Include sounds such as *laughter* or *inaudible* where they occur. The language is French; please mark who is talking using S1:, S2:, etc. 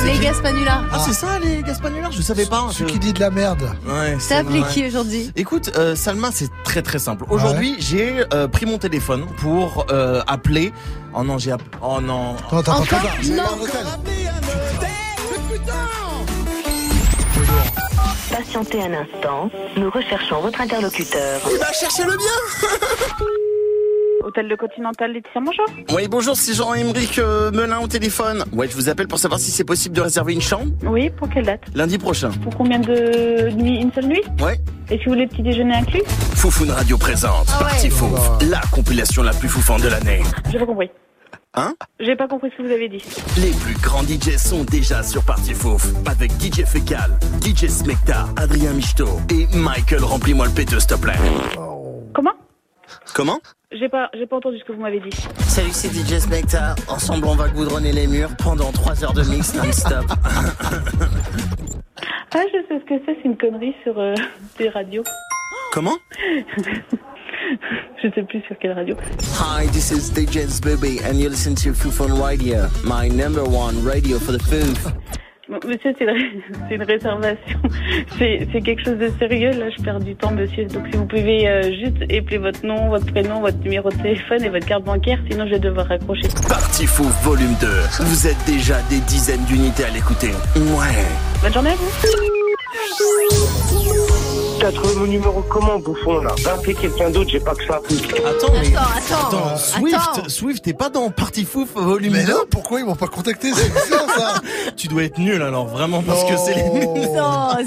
S1: c'est
S2: Les
S1: qui
S2: Gaspanulas.
S1: Ah, c'est ça, les Gaspagnolars Je savais pas.
S3: Celui
S1: Je-
S3: qui dit de la merde.
S1: Ouais,
S2: T'as
S1: c'est
S2: appelé
S1: vrai.
S2: qui aujourd'hui
S1: Écoute, euh, Salma, c'est très très simple. Aujourd'hui, j'ai euh, pris mon téléphone pour euh, appeler. Oh non, j'ai app- Oh non.
S3: Attends, attends,
S2: Encore
S3: attends, vous allez
S2: Non.
S3: pas en hôtel.
S4: Patientez un instant, nous recherchons votre interlocuteur.
S1: Il va chercher le bien.
S5: Hôtel de Continental, Laetitia, bonjour.
S1: Oui, bonjour, c'est Jean-Émeric euh, Melin au téléphone. Ouais, je vous appelle pour savoir si c'est possible de réserver une chambre
S5: Oui, pour quelle date
S1: lundi prochain.
S5: Pour combien de nuits Une seule nuit
S1: Ouais.
S5: Et si vous voulez petit déjeuner inclus
S1: Foufoune Radio présente
S2: Ah ouais.
S1: Partie Fauve, la compilation la plus foufante de l'année.
S5: J'ai pas compris.
S1: Hein
S5: J'ai pas compris ce que vous avez dit.
S1: Les plus grands DJ sont déjà sur Partie Fauve avec DJ Fécal, DJ Smecta, Adrien Michto et Michael Remplis-moi le péteux, s'il te plaît.
S5: Comment
S1: Comment
S5: J'ai pas, j'ai pas entendu ce que vous m'avez dit.
S1: Salut, c'est DJ Smecta. Ensemble, on va goudronner les murs pendant 3 heures de mix non-stop.
S5: Ah, je sais ce que c'est, c'est une connerie sur euh, *laughs* des radios.
S1: *laughs* Comment
S5: Je sais plus sur quelle radio.
S1: Hi, this is DJ's Baby and you listen to Foof on Radio, my number one radio for the Foof.
S5: Bon, Monsieur, c'est une, ré- *laughs* c'est une réservation. *laughs* C'est, c'est quelque chose de sérieux, là, je perds du temps, monsieur. Donc, si vous pouvez euh, juste épeler votre nom, votre prénom, votre numéro de téléphone et votre carte bancaire, sinon je vais devoir raccrocher.
S1: Parti Fou volume 2. Vous êtes déjà des dizaines d'unités à l'écouter. Ouais.
S5: Bonne journée à vous.
S6: T'as trouvé mon numéro comment, bouffon, là Va appeler quelqu'un d'autre, j'ai pas que ça.
S1: Attends, mais...
S2: Attends, attends.
S3: Attends,
S1: Swift,
S2: attends.
S1: Swift, t'es pas dans Parti Fou volume
S3: Mais
S1: 2
S3: non, pourquoi ils m'ont pas contacté C'est bizarre ça Oh.
S1: Tu dois être nul alors, vraiment, parce que c'est les
S3: Non.
S2: *laughs* Non,